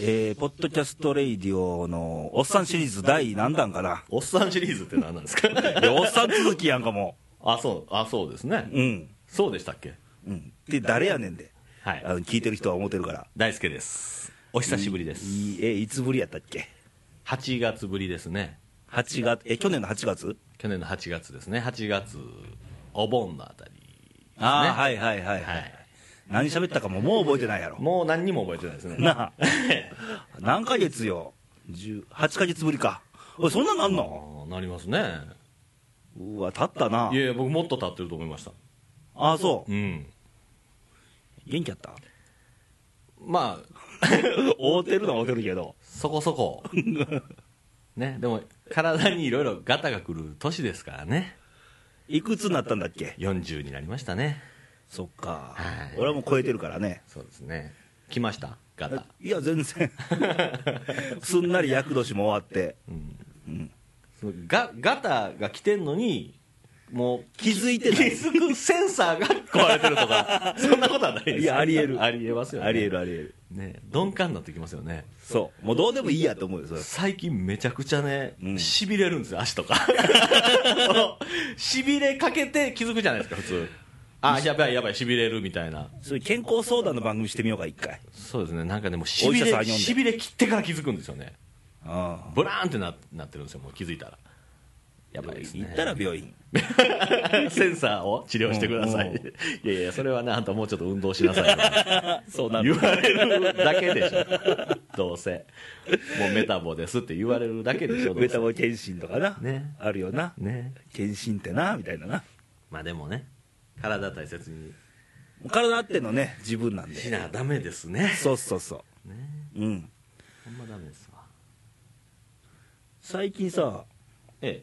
えー、ポッドキャストレイディオのおっさんシリーズ第何弾かなおっさんシリーズって何なん ですかいやおっさん続きやんかもあそうあそうですね、ううんそうでしたっけうんで誰やねんではいあの聞いてる人は思ってるから大輔ですお久しぶりですいいえいつぶりやったっけ8月ぶりですね8月え去年の8月去年の8月ですね8月お盆のあたりああ、ねはいはいはいはい、はい何喋ったかももう覚えてないやろもう何にも覚えてないですね なあ何ヶ月よ10 8ヶ月ぶりかおいそんなんなんあのーなりますねうわ経ったないやいや僕もっと経ってると思いましたああそううん元気やったま あ会うてるのは会うてるけどそこ そこねでも体にいろいろガタがくる年ですからねいくつになったんだっけ40になりましたねそっか、はい俺はもう超えてるからねそうですね来ましたガタいや全然 すんなり厄年も終わってそのガガタが来てんのにもう気づいて気ないづくセンサーが壊れてるとか そんなことはないですいやありえるありえますよねありえるありえるね鈍感になってきますよねそうもうどうでもいいやと思うよそれ最近めちゃくちゃねうんしび、れるんですよ足と かしびれかけて気づくじゃないですか普通あやばいやばいしびれるみたいなそれ健康相談の番組してみようか一回そうですねなんかでもしびお医者さんれ呼んでしびれ切ってから気づくんですよねあブラーンってななってるんですよもう気づいたらやばいですね行ったら病院 センサーを治療してください、うんいやいや、それはね、あんたもうちょっと運動しなさいとかそうな言われるだけでしょ、どうせ、もうメタボですって言われるだけでしょ、どうメせタボ検診とかな、ねあるよな、ね、検診ってなみたいななまあでもね、体大切に体あってのね自分なんしでなだめですね、そうそうそね、ううんほんまだめですわ、最近さええ、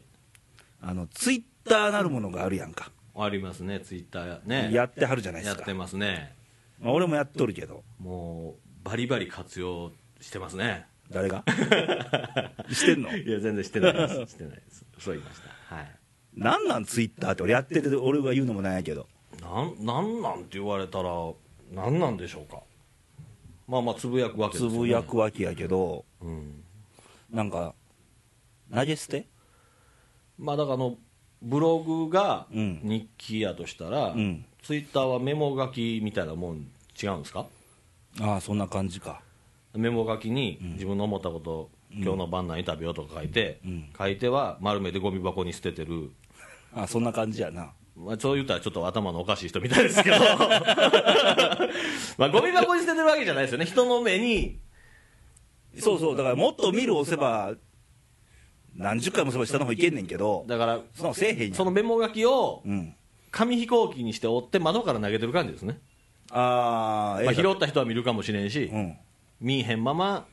あのツイッターなるものがあるやんか、ありますね、ツイッターね、やってはるじゃないでやすっかてますね、まあ、俺もやっとるけどもう、バリバリ活用してます ね。誰がしてんの いや全然してないですしてないですそう言いましたはいなんなんツイッターって俺やってて俺が言うのもなんやけどなんなんなんて言われたらなんなんでしょうかまあまあつぶやくわけですつよねぶやくわけやけどうんなんか投げ捨てまあだからあのブログがうん日記やとしたら、うんツイッターはメモ書きみたいなもん違うんですかああそんな感じかメモ書きに自分の思ったこと、今日の晩何食べようとか書いて、うん書いては丸めてゴミ箱に捨ててるああそんな感じやなまあ、そう言ったらちょっと頭のおかしい人みたいですけど、 まあ、ゴミ箱に捨ててるわけじゃないですよね、人の目に、そうそうだからもっと見る押せば何十回も押せば下の方いけんねんけどだから、そのせえへんやんそのメモ書きをうん紙飛行機にして折って、窓から投げてる感じですね、ああ、まあ、ええ拾った人は見るかもしれんしう、ん見えへんまま、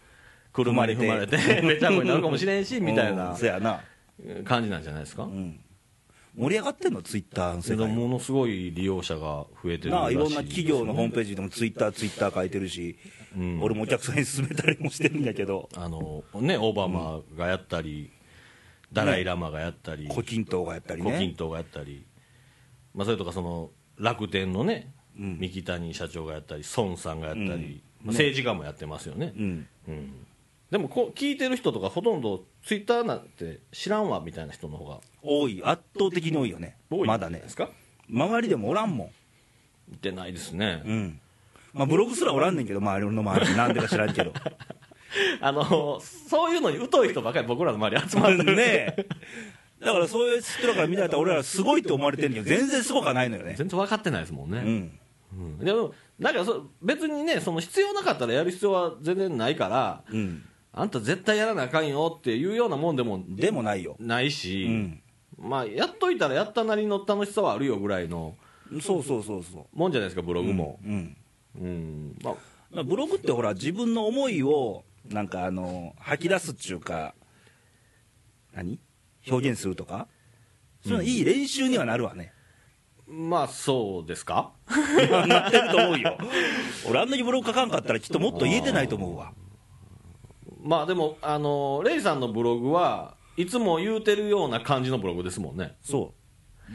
車に踏まれて、 めちゃこになるかもしれんし、みたいうんなそやな、感じなんじゃないですかう。ん、盛り上がってんのツイッターので世も界ものすごい利用者が増えてるならあしいいろんな企業のホームページでもツイッターツイッター書いてるし、うん俺もお客さんに勧めたりもしてるんだけどあの、ね、オバマがやったり、ダライ・ラマがやったり、胡錦涛がやったり胡錦ね涛がやったり、まあ、それとかその楽天のね、うん三木谷社長がやったり孫さんがやったり、うんまあ政治家もやってますよね、うんうんでもこう聞いてる人とかほとんどツイッターなんて知らんわみたいな人の方が多い圧倒的に多いよね多いまだんじゃないねですか周りでもおらんも見てないですね、んうんまあブログすらおらんねんけど周りの周りになんでか知らんけ どあのそういうのに疎い人ばかり僕らの周り集まるんでねえだからそういう人らから見られたら俺らすごいって思われてるけど全然すごくはないのよね全然分かってないですもんうね、んうんでもだからそ別にねその必要なかったらやる必要は全然ないからうんあんた絶対やらなあかんよっていうようなもんでもでもないよないし、うんまあ、やっといたらやったなりの楽しさはあるよぐらいのそうそうそうそもんじゃないですか、ブロうグも。うんうんまあ、まあブログってほら自分の思いをなんかあの吐き出すっちゅうか何表現するとかそのいい練習にはなるわね、まあ、そうですか、なってると思うよ俺あんなにブログ書かんかったらきっともっと言えてないと思うわまあでも、あのレイさんのブログはいつも言うてるような感じのブログですもんね、そ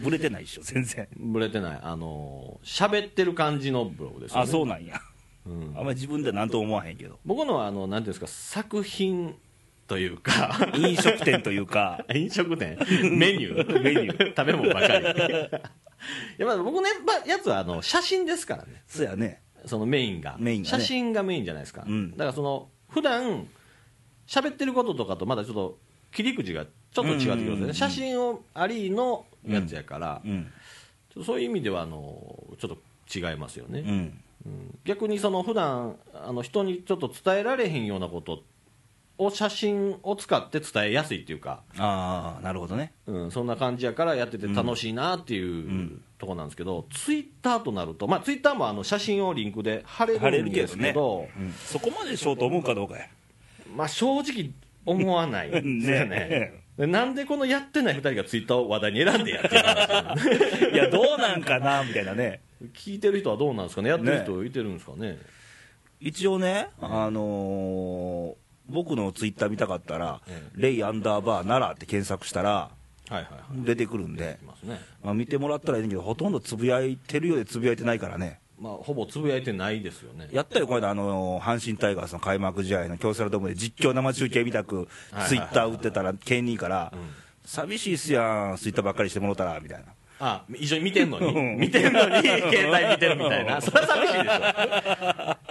うブレてないでしょ全然ぶれてない、あの喋ってる感じのブログですよねあそうなんやうんあんまり自分では何とも思わへんけど僕のはあのなんていうんですか作品というか 飲食店という か飲食店メニューメニュー食べ物ばかり いやまあ僕ねばやつはあの写真ですからねそうやねそのメインがメインがね写真がメインじゃないですか、うんだからその普段喋ってることとかとまだちょっと切り口がちょっと違ってくるんですよね、うんうんうんうん写真をありのやつやから、うんちょっとそういう意味ではあのちょっと違いますよね、うんうん逆にその普段あの人にちょっと伝えられへんようなことを写真を使って伝えやすいっていうか、ああなるほどねうん、そんな感じやからやってて楽しいなっていう、んとこなんですけどツイッターとなると、まあ、ツイッターもあの写真をリンクで貼れるんですけどうんそこまでしようと思うかどうかやまあ、正直思わないです よねねでなんでこのやってない2人がツイッターを話題に選んでやってるんですかねいやどうなんかなみたいなね聞いてる人はどうなんですかねやってる人いてるんですかね一応ね、あのー僕のツイッター見たかったら、えレイアンダーバー奈良って検索したらはいはいはい出てくるんでい、ますねまあ、見てもらったらいいんだけどほとんどつぶやいてるようでつぶやいてないからねまあほぼつぶやいてないですよねやったよこの間、あのー阪神タイガースの開幕試合の京セラドームで実況生中継みたくはいツイッター打ってたら県人から、寂しいっすやんツイッターばっかりしてもろたらみたいなあ一緒に見てんのに、うん見てん のに、携帯見てるみたいな、それは寂しいでし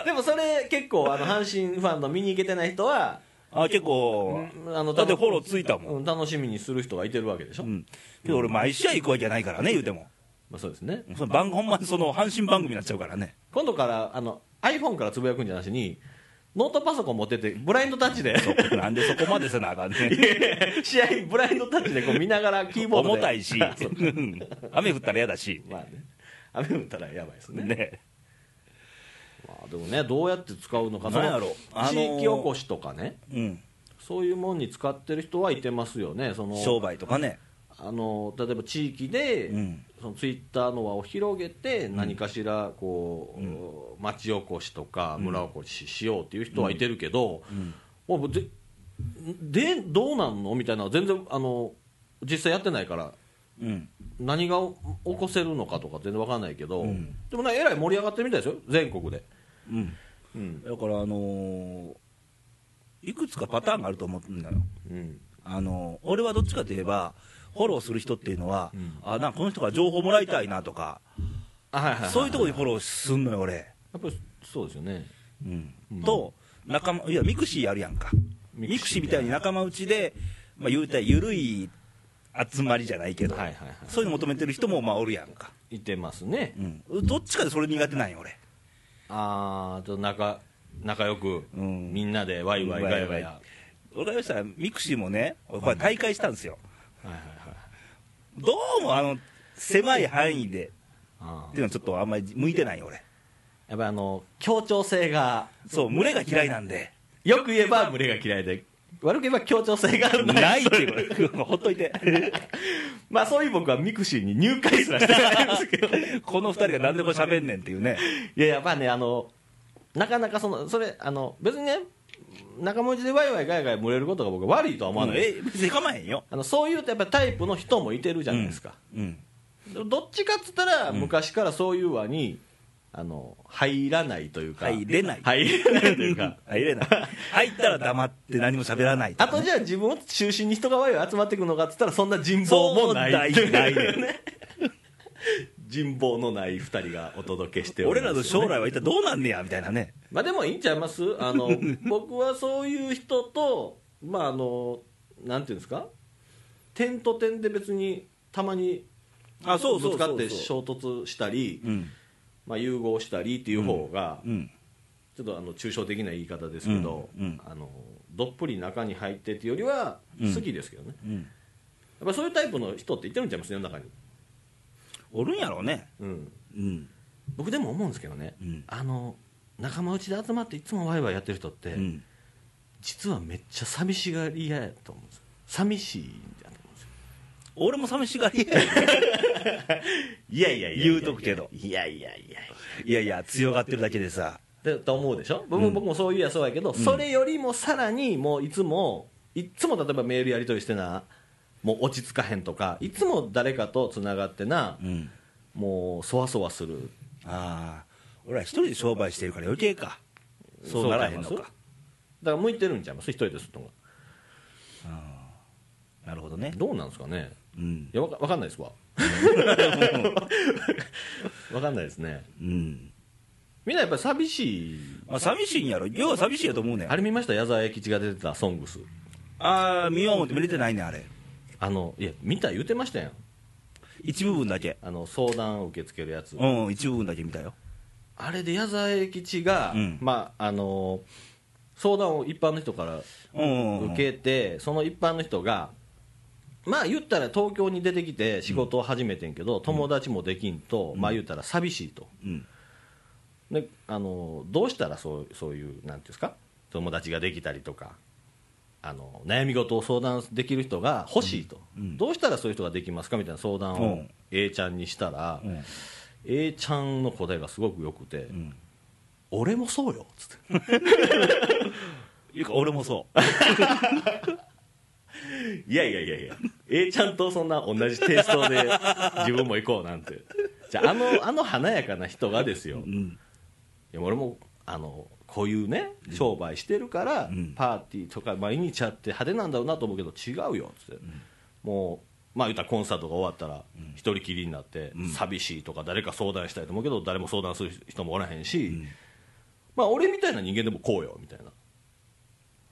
ょ、でもそれ、結構、あの阪神ファンの見に行けてない人は、あ結構うんあのだってフォローついたもん、うん楽しみにする人がいてるわけでしょ、うん、けど俺毎試合行くわけじゃないからね言うてもまあ、そうですね、その番ほんまにその阪神番組になっちゃうからね今度からあの iPhone からつぶやくんじゃなしに、ノートパソコン持ってて、ブラインドタッチで、 なんでそこまでせなあかんねん試合、ブラインドタッチでこう見ながら、キーボードで、重たいしうん雨降ったら嫌だしまあね、雨降ったらやばいですね。ねまあ、でもね、どうやって使うのか、なんやろそのあのー地域おこしとかね。うんそういうもんに使ってる人はいてますよね、その商売とかねあの例えば地域で、うんそのツイッターの輪を広げて、何かしらこう、町おこしとか、村おこししようっていう人はいてるけど、もうぜでどうなんのみたいなのは全然あの、実際やってないから、うん何が起こせるのかとか、全然わかんないけど、でもね、えらい盛り上がってるみたいですよ、全国で。うんうんだからあのーいくつかパターンがあると思うんだようんあのー俺はどっちかといえばフォローする人っていうのは、あなんかこの人から情報もらいたいなとか、あはいはいはいそういうところにフォローすんのよ俺、やっぱりそうですよね。うんと仲間いやミクシーあるやんかミミククシーシーみたいに仲間内で、まあ、言うたら緩い集まりじゃないけど、はいはいはいそういうの求めてる人もまあおるやんか、いてますね、うん、どっちかでそれ苦手なんよ俺あーと仲仲良く、うんみんなでワイワイガヤガヤ、は俺からしたらミクシーもね俺これ大会したんですよいはいはいどうもあの狭い範囲であっていうーのはちょっとあんまり向いてないよ俺やっぱりあの協調性がそう群れが嫌いなんでよく言えば群れが嫌いで悪く言えば協調性がないないっていうことほっといて まあそういう僕はミクシーに入会すらして ないんですけどいこの二人がなんでこれ喋んねんっていうねややっぱねあのなかなかそのそれあの別にね仲間内でワイワイガヤガヤ群れることが僕は悪いとは思わないです、え別に構えへんよあのそういうやっぱりタイプの人もいてるじゃないですか、うんどっちかっつったら、昔からそういう輪にあの入らないというか入れない入れないという か入れない入ったら黙って何も喋らないあとじゃあ自分を中心に人がわいわい集まってくるのかっつったらそんな人望そうももなないいないね 人望のない2人がお届けして お俺りらます、の将来は一体どうなんねやみたいなねまあでもいいんちゃいます あの僕はそういう人とまああのなんていうんですか点と点で別にたまにあぶつかって衝突したり、うんまあ、融合したりっていう方が、うんちょっとあの抽象的な言い方ですけど、うんうんあのどっぷり中に入ってっていうよりはうん好きですけどね、うんやっぱそういうタイプの人って言ってるんちゃいます世の中に、おるんやろうねうん、うん僕でも思うんですけどね、うんあの仲間内で集まっていつもワイワイやってる人って、うん実はめっちゃ寂しがり屋やと思うんですよ寂しいんだと思うんですよ俺も寂しがりいやいやいや言うとくけどいやいやいやいやいやいや強がってるだけでさでと思うでしょ僕も,、僕もそういうやそうやけど、それよりもさらにもういつもいつも例えばメールやり取りしてなもう落ち着かへんとかいつも誰かとつながってな、うんもうそわそわするああ俺ら一人で商売してるから余計かそうならへんのそうちゃいかますだから向いてるんちゃいます一人でするのなるほどねがどうなんですかねうんいやわかわかんないですわ わかんないですねうんみんなやっぱり寂しいまあ寂しいんやろ要は寂しいやと思うねんあれ見ました矢沢永吉が出てた「ソングスああ見よう思って見れてないねんあれあのいや見た言うてましたやん一部分だけあの相談を受け付けるやつうん一部分だけ見たよあれで矢沢永吉が、うんまああの相談を一般の人からうんうんうん受けて、その一般の人がまあ言ったら東京に出てきて仕事を始めてんけど、友達もできんと、まあ言ったら寂しいとうんであのどうしたらそうそういうなんていうんですか友達ができたりとかあの悩み事を相談できる人が欲しいと、うんどうしたらそういう人ができますかみたいな相談うをん A ちゃんにしたら、うん A ちゃんの答えがすごくよくて、ん俺もそうよっつっていうか俺も そういやいやいやいや A ちゃんとそんな同じテイストで自分も行こうなんてじゃああのあの華やかな人がですよ、いんや俺もあのこういうね商売してるから、んパーティーとか毎日あって派手なんだろうなと思うけど違うよっつって、もうまあ言ったらコンサートが終わったら一人きりになって、寂しいとか誰か相談したいと思うけど誰も相談する人もおらへんし、まあ俺みたいな人間でもこうよみ たいな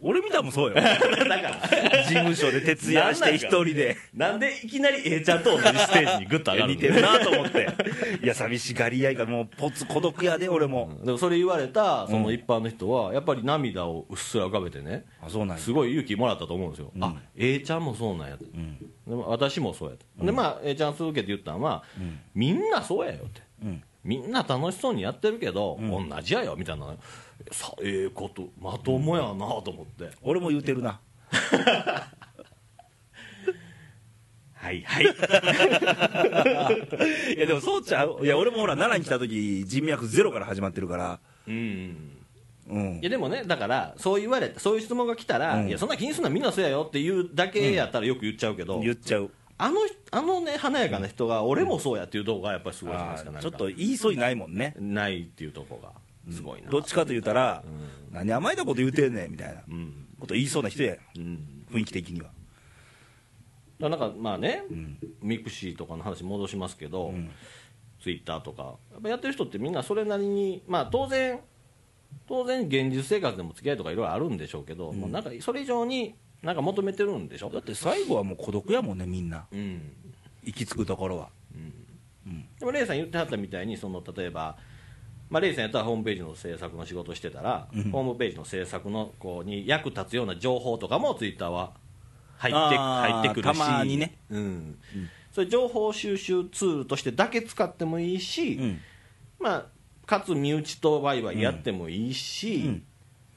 俺見たもそうよだから事務所で徹夜して一人でなんでいきなり A ちゃんと同じステージにグッと上がる 似てるなと思って いや寂しがりやいかもうポツ孤独やで俺も、でもそれ言われたその一般の人はやっぱり涙をうっすら浮かべてねあそうなんやすごい勇気もらったと思うんですよ、あ A ちゃんもそうなんやって、でも私もそうやって、でまあ A ちゃん続けて言ったのは、みんなそうやよって、んみんな楽しそうにやってるけど、同じやよみたいなさええことまともやなと思って、俺も言うてるな はいはい いやでもそうちゃういや俺もほら奈良に来た時人脈ゼロから始まってるからうんうんいやでもねだからそう言われてそういう質問が来たら、うんいやそんな気にするのはみんなそうやよっていうだけやったらよく言っちゃうけど、言っちゃうあのあのね華やかな人が俺もそうやっていう動画がやっぱりすごいじゃないですかあーなんちょかっと言いそうにないもんねないっていうところがすごいな、どっちかと言ったら、何甘えたこと言うてんねんみたいなうんこと言いそうな人やうん雰囲気的にはだからなんかまあね、ミクシーとかの話戻しますけど、ツイッターとかやっぱやってる人ってみんなそれなりにまあ当然当然現実生活でも付き合いとかいろいろあるんでしょうけど、もうなんかそれ以上になんか求めてるんでしょだって最後はもう孤独やもんねみんなうん行き着くところはでもレイさん言ってはったみたいにその例えば、まあ、レイさんやったらホームページの制作の仕事してたら、うんホームページの制作のこうに役立つような情報とかもツイッターは入ってあー入ってくるしたまにねうんそういう情報収集ツールとしてだけ使ってもいいし、うんまあ、かつ身内とワイワイやってもいいし、うん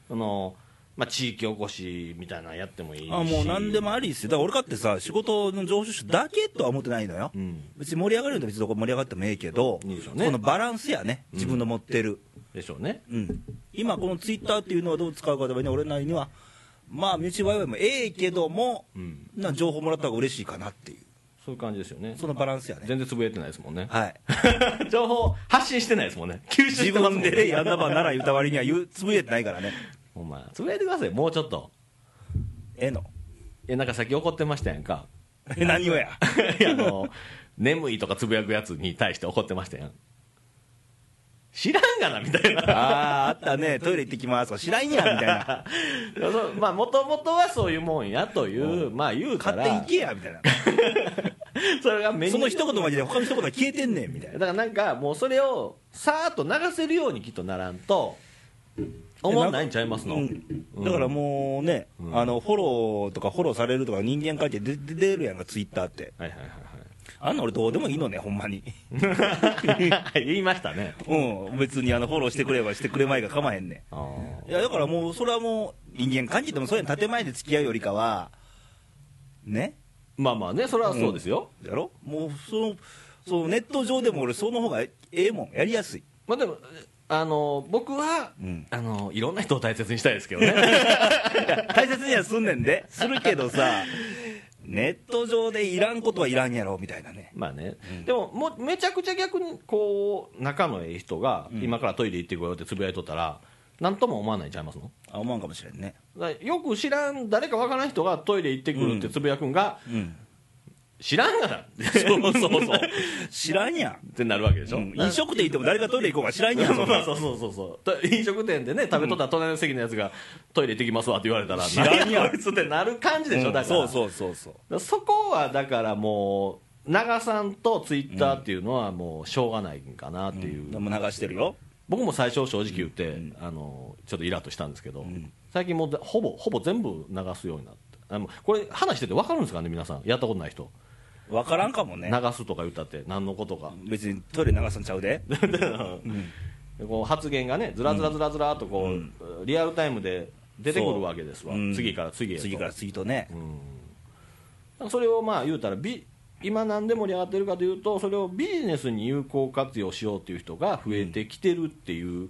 そのまあ、地域おこしみたいなのやってもいいしあもう何でもありですよだから俺かってさ仕事の上昇種だけとは思ってないのよ、うん別に盛り上がるんだったら別にどこ盛り上がってもええけどいいですよねこのバランスやね自分の持ってる、でしょうねうん今このツイッターっていうのはどう使うかとかね俺なりにはまあ身内ワイワイもええけども、んな情報もらった方が嬉しいかなっていうそういう感じですよねそのバランスやね全然つぶやいてないですもんね はい情報発信してないですもんね吸自収してますも分んねでやんなばなら言うた割には言うつぶやいてないからねお前つぶやいてくださいもうちょっとええのえなんかさっき怒ってましたやんか 何をやいやあの眠いとかつぶやくやつに対して怒ってましたやん知らんがなみたいな あああったねトイレ行ってきますとか知らんやみたいなそうまあもともとはそういうもんやという、まあ言うか勝ら手に行けやみたいな それが目にその一言までで他の一言は消えてんねんみたいなだからなんかもうそれをさーっと流せるようにきっとならんと思わないんちゃいますの、うんだからもうね、あのフォローとかフォローされるとか人間関係で出出るやんかツイッターってはいはいはいあんな俺どうでもいいのねほんまにはい 言いましたねうん別にあのフォローしてくればしてくれまいが構えへんねあーんいやだからもうそれはもう人間関係でもそういうの建前で付き合うよりかはねまあまあねそれはそうですよ、やろもうそのそのネット上でも俺その方がええもんやりやすいまあでもあの僕は、うんあのいろんな人を大切にしたいですけどね大切にはすんねんでするけどさネット上でいらんことはいらんやろみたいなねまあね、でももうめちゃくちゃ逆にこう仲のええ人が今からトイレ行ってこようってつぶやいとったら何とも思わないんちゃいますのあ思わんかもしれんねだからよく知らん誰かわからん人がトイレ行ってくるってつぶやくんが、うん知らんがなそうそうそう知らんやんってなるわけでしょ、うん飲食店行っても誰がトイレ行こうか知らんやんそんなそうそうそうそうと飲食店でね食べとったら隣の席のやつがトイレ行ってきますわって言われたら知らんやん何こいつってなる感じでしょ、だからそうそうそうそうだからそこはだからもう長さんとツイッターっていうのはもうしょうがないんかなっていう、でも流してるよ僕も最初正直言って、あのちょっとイラッとしたんですけど、最近もうほぼほぼ全部流すようになってあのこれ話してて分かるんですかね皆さんやったことない人分からんかもね流すとか言ったって何のことか、別にトイレ流すんちゃうででこう発言がねずらずらずらずらっとこう、リアルタイムで出てくるわけですわ、うん次から次へと次から次とねそれをまあ言うたらビ今何で盛り上がってるかというとそれをビジネスに有効活用しようという人が増えてきてるっていう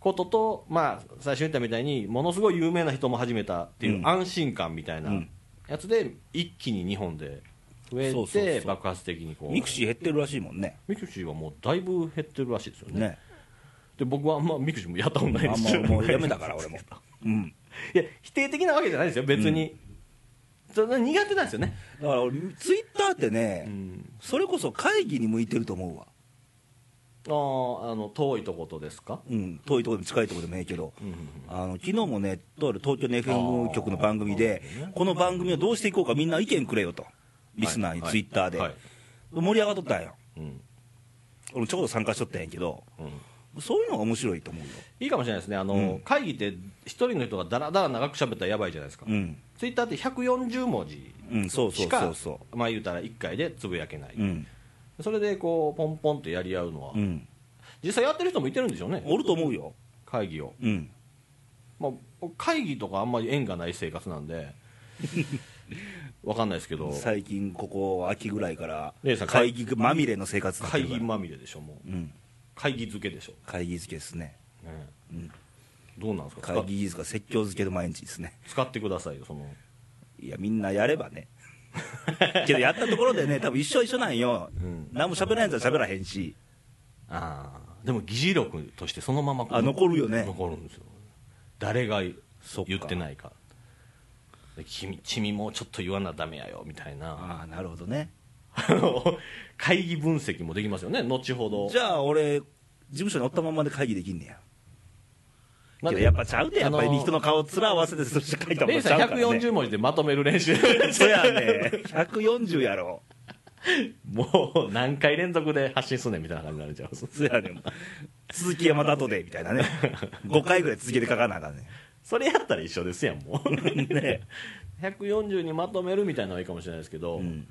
ことと、まあ最初言ったみたいにものすごい有名な人も始めたっていううん安心感みたいなうんやつで一気に日本で増えそうそうそてう爆発的にこうミクシー減ってるらしいもんねミクシーはもうだいぶ減ってるらしいですよねねで僕はあんまミクシーもやったことないんあでんすけまどもうやめたから俺 もうんいや否定的なわけじゃないですよ別に、そんな苦手なんですよね、だから俺ツイッターってねそれこそ会議に向いてると思うわあーあの遠いとことですか、うん遠いところでも近いところでもええけどあの昨日もねとある東京の FM 局の番組でこの番組をどうしていこうかみんな意見くれよとリスナーにはいツイッターではい盛り上がっとったんようん俺もちょうど参加しとったんやけどうんそういうのが面白いと思うよいいかもしれないですねあの、会議って一人の人がだらだら長く喋ったらやばいじゃないですか、うんツイッターって140文字うんそうそしうかそうそまあ言うたら1回でつぶやけない、ううんそれでこうポンポンとやり合うのは、うん実際やってる人もいてるんでしょうねおると思うよ会議を、うんまあ、会議とかあんまり縁がない生活なん でわかんないですけど最近ここ秋ぐらいからレイさん会議まみれの生活になって会るから議まみれでしょもううん会議漬けでしょ、会議漬けですねねどうなんですか会議漬け説教漬けの毎日ですね使ってくださいよそのいやみんなやれば ねけどやったところでね多分一生一緒なんよ、ん何も喋らんやつは喋らへんしああでも議事録としてそのままあ残るよね残るんですよ誰がそっか言ってないかで君君もちょっと言わなダメやよみたいなああなるほどねあの会議分析もできますよね後ほどじゃあ俺事務所におったままで会議できんねやまあけどやっぱちゃうでやっぱあのり人の顔面合わせてそして書いたもレんイちさゃんうから、ね、 140文字でまとめる 練習そやね140やろもう何回連続で発信すんねんみたいな感じになるんちゃいますそやね続きはまた後でみたいなね5回ぐらい続けて書かなあかんねそれやったら一緒ですやんもう ね140にまとめるみたいなのはいいかもしれないですけど、ん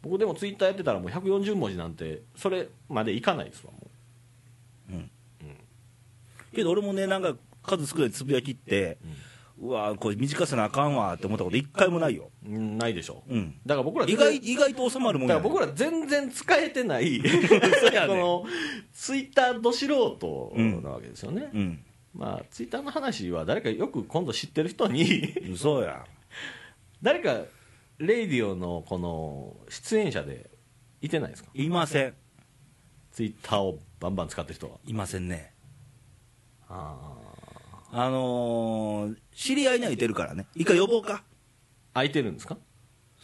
僕でもツイッターやってたらもう140文字なんてそれまでいかないですわもけど俺もねなんか数少ないつぶやきって、うわこれ短さなあかんわって思ったこと一回もないよううんないでしょ、うんだから僕ら意外意外と収まるもだんかやらね僕ら全然使えてない やねこのツイッターど素人なわけですよね、うんまあツイッターの話は誰かよく今度知ってる人に嘘や誰かレイディオのこの出演者でいてないですかいませんツイッターをバンバン使ってる人ははいませんねあーあのー、知り合いにはいてるからね一回呼ぼうか空いてるんですか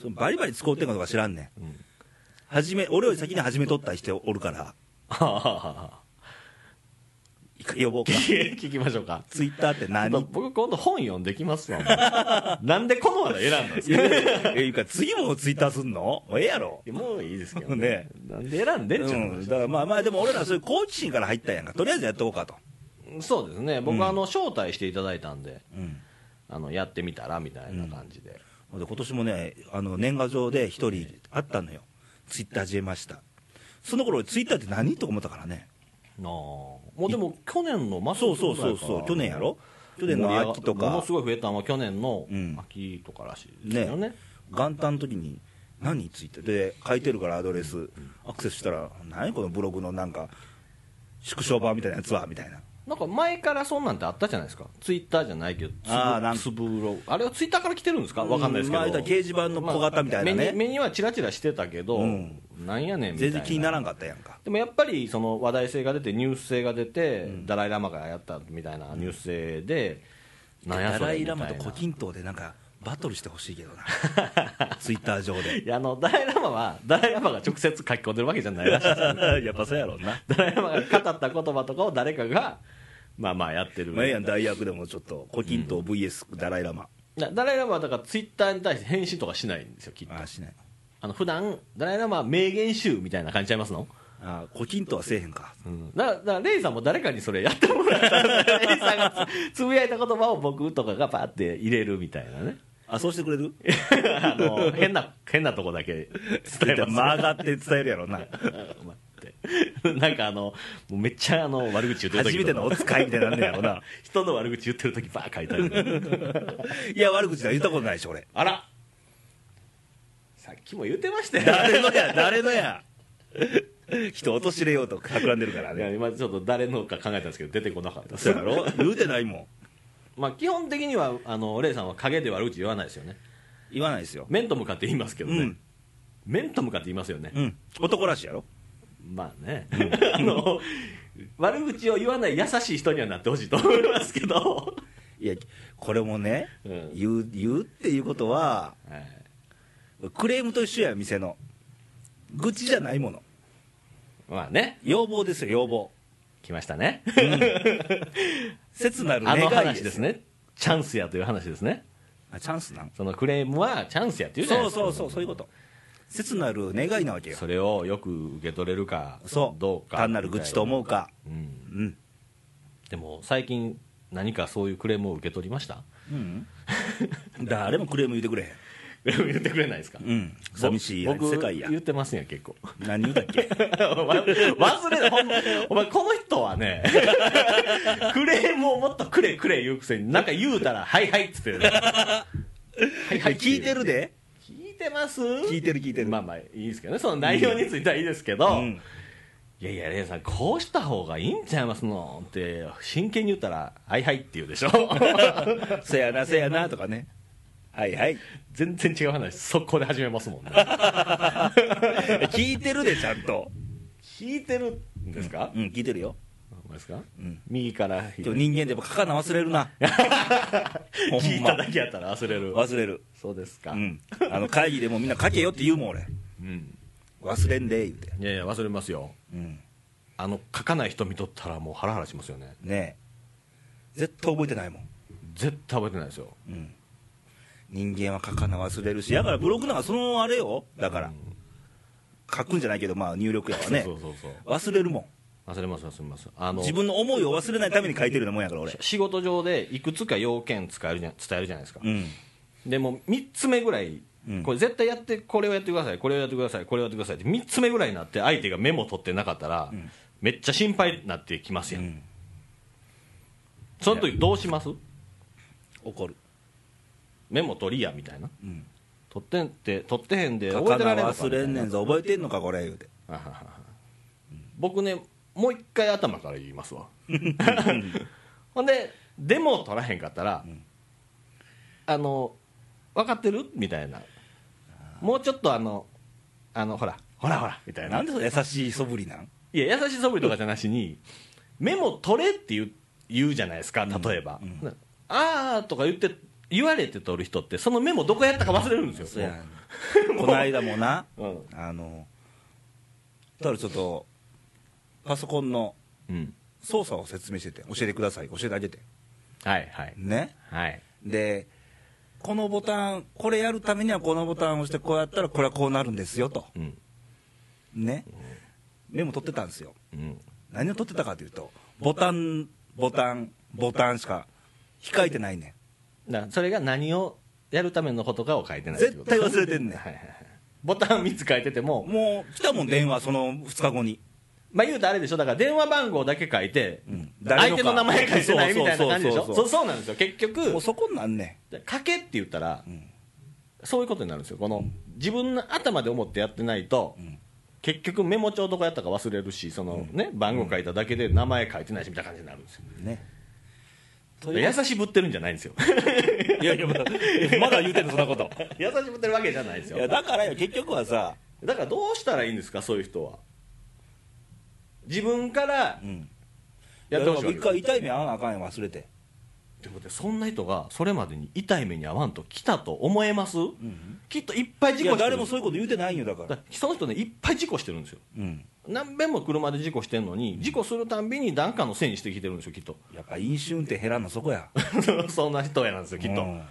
そのバリバリ使うてんかとか知らんねん、うん始め俺より先に始めとった人おるからあ一回呼ぼうかー 聞きましょうか ツイッターって何まあ僕今度本読んできますわもうなんでこの話題選んだんですか えいうか次もツイッターすんのもうええやろもういいですけどねねなんで選んでんちゃううん、だからまあまあでも俺らそういう好奇心から入ったんやんかとりあえずやっとこうかと、そうですね僕、うんあの招待していただいたんでうん、あのやってみたらみたいな感じで、で今年もねあの年賀状で一人あったのよツイッター始めましたその頃俺ツイッターって何とか思ったからねなあもうでも去年のマスそうそうそうそう去年やろ去年の秋とものかすごい増えたのは去年のうん秋とからしいですよね,、ね元旦の時に何ツイッターで書いてるからアドレスアクセスしたら何このブログのなんか縮小版みたいなやつはみたいななんか前からそんなんってあったじゃないですかツイッターじゃないけどつぶあーなんつぶろあれはツイッターから来てるんですかわかんないですけど、まあ言ったら掲示板の小型みたいなねまあ目に目にはチラチラしてたけど、うんなんやねんみたい全な然気にならんかったやんかでもやっぱりその話題性が出てニュース性が出て、ダライ・ラマがやったみたいなニュース性で、なんやダそれラみイ・たラいなマと胡錦涛でなんかバトルしてほしいけど なツイッター上でいやあのダライ・ラマはダライ・ラマが直接書き込んでるわけじゃないらし いやっぱそうやろうなダライ・ラマが語った言葉とかを誰かがまあまあやってるまあええやん大役でもちょっと胡錦涛 VS ダライ・ラマ、だダライ・ラマはだからツイッターに対して返信とかしないんですよきっとああしないあの普段ダライ・ラマは名言集みたいな感じちゃいますのああ胡錦涛はせえへんかだからだからレイさんも誰かにそれやってもらった らレイさんがつつぶやいた言葉を僕とかがパーって入れるみたいな ねあそうしてくれるあの変な変なとこだけ伝え曲ますがって伝えるや ろうな待って なんかあのもうめっちゃあの悪口言ってる初時めてのお使いみたいになんねやろうな 人の悪口言ってる時ばー書いてある いや悪口だ言ったことないでしょ俺あらさっきも言ってました よ誰のや誰のや 人落としれようと企んでるからいやね今ちょっと誰のか考えたんですけど出てこなかったです そうやろ言うてないもんまあ基本的にはあのレイさんは陰で悪口言わないですよね言わないですよ面と向かって言いますけどね、うん面と向かって言いますよね、うん男らしいやろまあね、 あの悪口を言わない優しい人にはなってほしいと思いますけど、いやこれもね、うん言う言うっていうことはクレームと一緒や店の愚痴じゃないものまあね、要望ですよ要望来ました ね、切なるあ願いのです話ですね、チャンスやという話ですね、あチャンスなんそのクレームはチャンスやっていうじゃないそでうすか、そうそうそういうこと切なる願いなわけよそれをよく受け取れるか、そうどうか、単なる愚痴と思うかうん、うんでも最近、何かそういうクレームを受け取りましたうん、誰もクレーム言うてくれクレーム 言ってくれないですか、へん、うん、寂しい僕世界や言ってますやん、結構。何言うたっけお前忘れたほんまお前この人はね クレームをもっとくれくれ言うくせになんか言うたら「はいはい」っつって、ね、はいはい聞いてるで聞いてます聞いてる聞いてるまあまあいいですけどねその内容についてはいいですけど、うんいやいやレイさんこうした方がいいんちゃいますのって真剣に言ったら「はいはい」って言う でしょせやなせやなとかねはいはい全然違う話速攻で始めますもんね聞いてるでちゃんと聞いてるんですか、うん聞いてるよほんまですか、ん右から今左日人間ってやっぱ書かな忘れるなほんま聞いただけやったら忘れる忘れるそうですか、うんあの会議でもみんな書けよって言うもん俺うん忘れんで言うていやいや忘れますようんあの書かない人見とったらもうハラハラしますよねねえ絶対覚えてないもん、絶対覚えてないですようん、人間は書かな忘れるしだからブログなんかそのあれよだから、書くんじゃないけどまあ入力やわねそうそうそう忘れるもん忘れます忘れますあの自分の思いを忘れないために書いてるようなもんやから俺仕事上でいくつか要件使えるじゃ伝えるじゃないですか、うんでも3つ目ぐらいうんこれ絶対やってこれをやってくださいこれをやってくださいこれをやってくださいって3つ目ぐらいになって相手がメモ取ってなかったら、んめっちゃ心配になってきますうやん、んその時どうします怒るメモ取りやみたいなうん取ってんって取ってへんで書覚かえてらなれんのか忘れんねんぞ覚えてんのかこれ言うてあははは 僕ねもう一回頭から言いますわほんででも取らへんかったら、あの分かってるみたいなもうちょっとあのあのほらほらほらみたいななんでそれ優しい素振りなんいや優しいそぶりとかじゃなしにメモ取れって言う言うじゃないですか例えば、ああとか言って言われて取る人ってそのメモどこやったか忘れるんですそよやこの間もなうんあのただちょっとパソコンのうん操作を説明してて教えてください教えてあげてはいはいねはいでこのボタンこれやるためにはこのボタンを押してこうやったらこれはこうなるんですよとうんねメモ取ってたんですようん何を取ってたかというとボタンボタンボタンしか控えてないねだからそれが何をやるためのことかを書いてんない絶対は忘れてんねいはいはいボタン3つ書いててんももう来たもん電話その2日後にまあ言うとあれでしょだから電話番号だけ書いて、ん相手の名前書いてないみたいな感じでしょそそうそそううそうそううなんですよ結局もうそこになんね書けって言ったら、んそういうことになるんですよこの、自分の頭で思ってやってないと、結局メモ帳とかやったか忘れるしその、ね、番号書いただけで名前書いてないしみたいな感じになるんですよ、ね優しぶってるんじゃないんですよいやいやまだ まだ言うてんのそんなこと 優しぶってるわけじゃないですいやよだからよ結局はさだからどうしたらいいんですかそういう人は自分からんやってほしいわ一け回痛い目合わなあかんやん忘れてでもねそんな人がそれまでに痛い目に遭わんと来たと思えます、きっといっぱい事い故やしてる誰もそういうこと言うてないんよだかだらからその人ねいっぱい事故してるんですようん何遍も車で事故してるのに事故するたんびに何かのせいにしてきてるんですよきっと やっぱ飲酒運転減らんのそこやそんな人やなんですよきっと、うん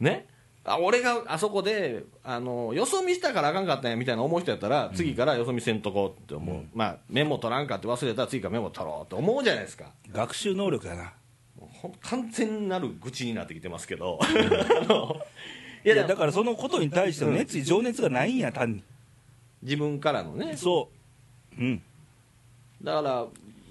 ねあ俺があそこであのよそ見したからあかんかったんやみたいな思う人やったら次からよそ見せんとこって思う、まあメモ取らんかって忘れたら次からメモ取ろうって思うじゃないですか学習能力やなもうほん完全なる愚痴になってきてますけ ど、あのいいややだだからからそのことに対しての熱意情熱がないんや単に自分からのねそううんだから、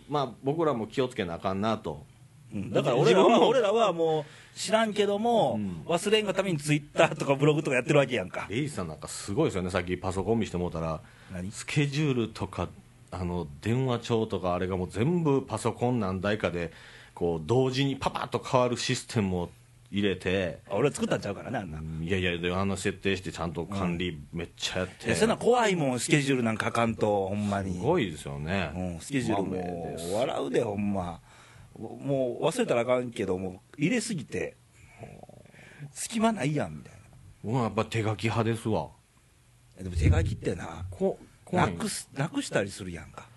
まあ、僕らも気をつけなあかんなと、うんだから俺ら自分はも俺らはもう知らんけども、うん忘れんがためにツイッターとかブログとかやってるわけやんかレイジさんなんかすごいですよね、さっきパソコン見してもうたら、何スケジュールとか、あの電話帳とか、あれがもう全部パソコン何台かで、こう同時にパパッと変わるシステムを入れて、俺は作ったんちゃうからねあんな、いやいや、であの設定して、ちゃんと管理めっちゃやっいて、やそんな怖いもんスケジュールなんかあかんとほんますにごいですよね、うん、スケジュールまあまあもですう笑うでほんまもう忘れたらあかんけどもう入れすぎて隙間ないやんみたい僕はやっぱ手書き派ですわ、なでも手書きってなこ怖ないくすなくしたりするやんか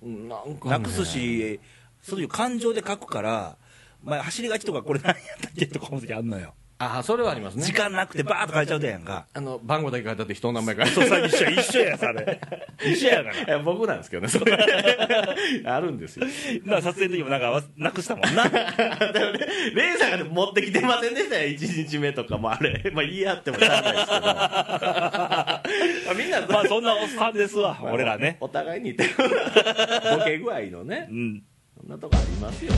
なんかねなくすし、そういう感情で書くから、前走り書きとかこれ何やったっけとか思う時あんのよ。ああ、それはありますね時。間なくてバーッと書いちゃうでやんか。あの番号だけ書いてあって人の名前書いそうてさ、一緒や、一緒や、それ。一緒やから。だある 僕なんですけどねそ れあるんですよから撮影の時も なんか、なくしたもん な。レイさんが持ってきてませんでしたよ1日目とかもあれまあ言い合ってもしゃあないですけど まあみんなまあ、そんなおっさんですわ、まあ俺らね。お互いに似てる ボケ具合のねうん。そんなとこありますよ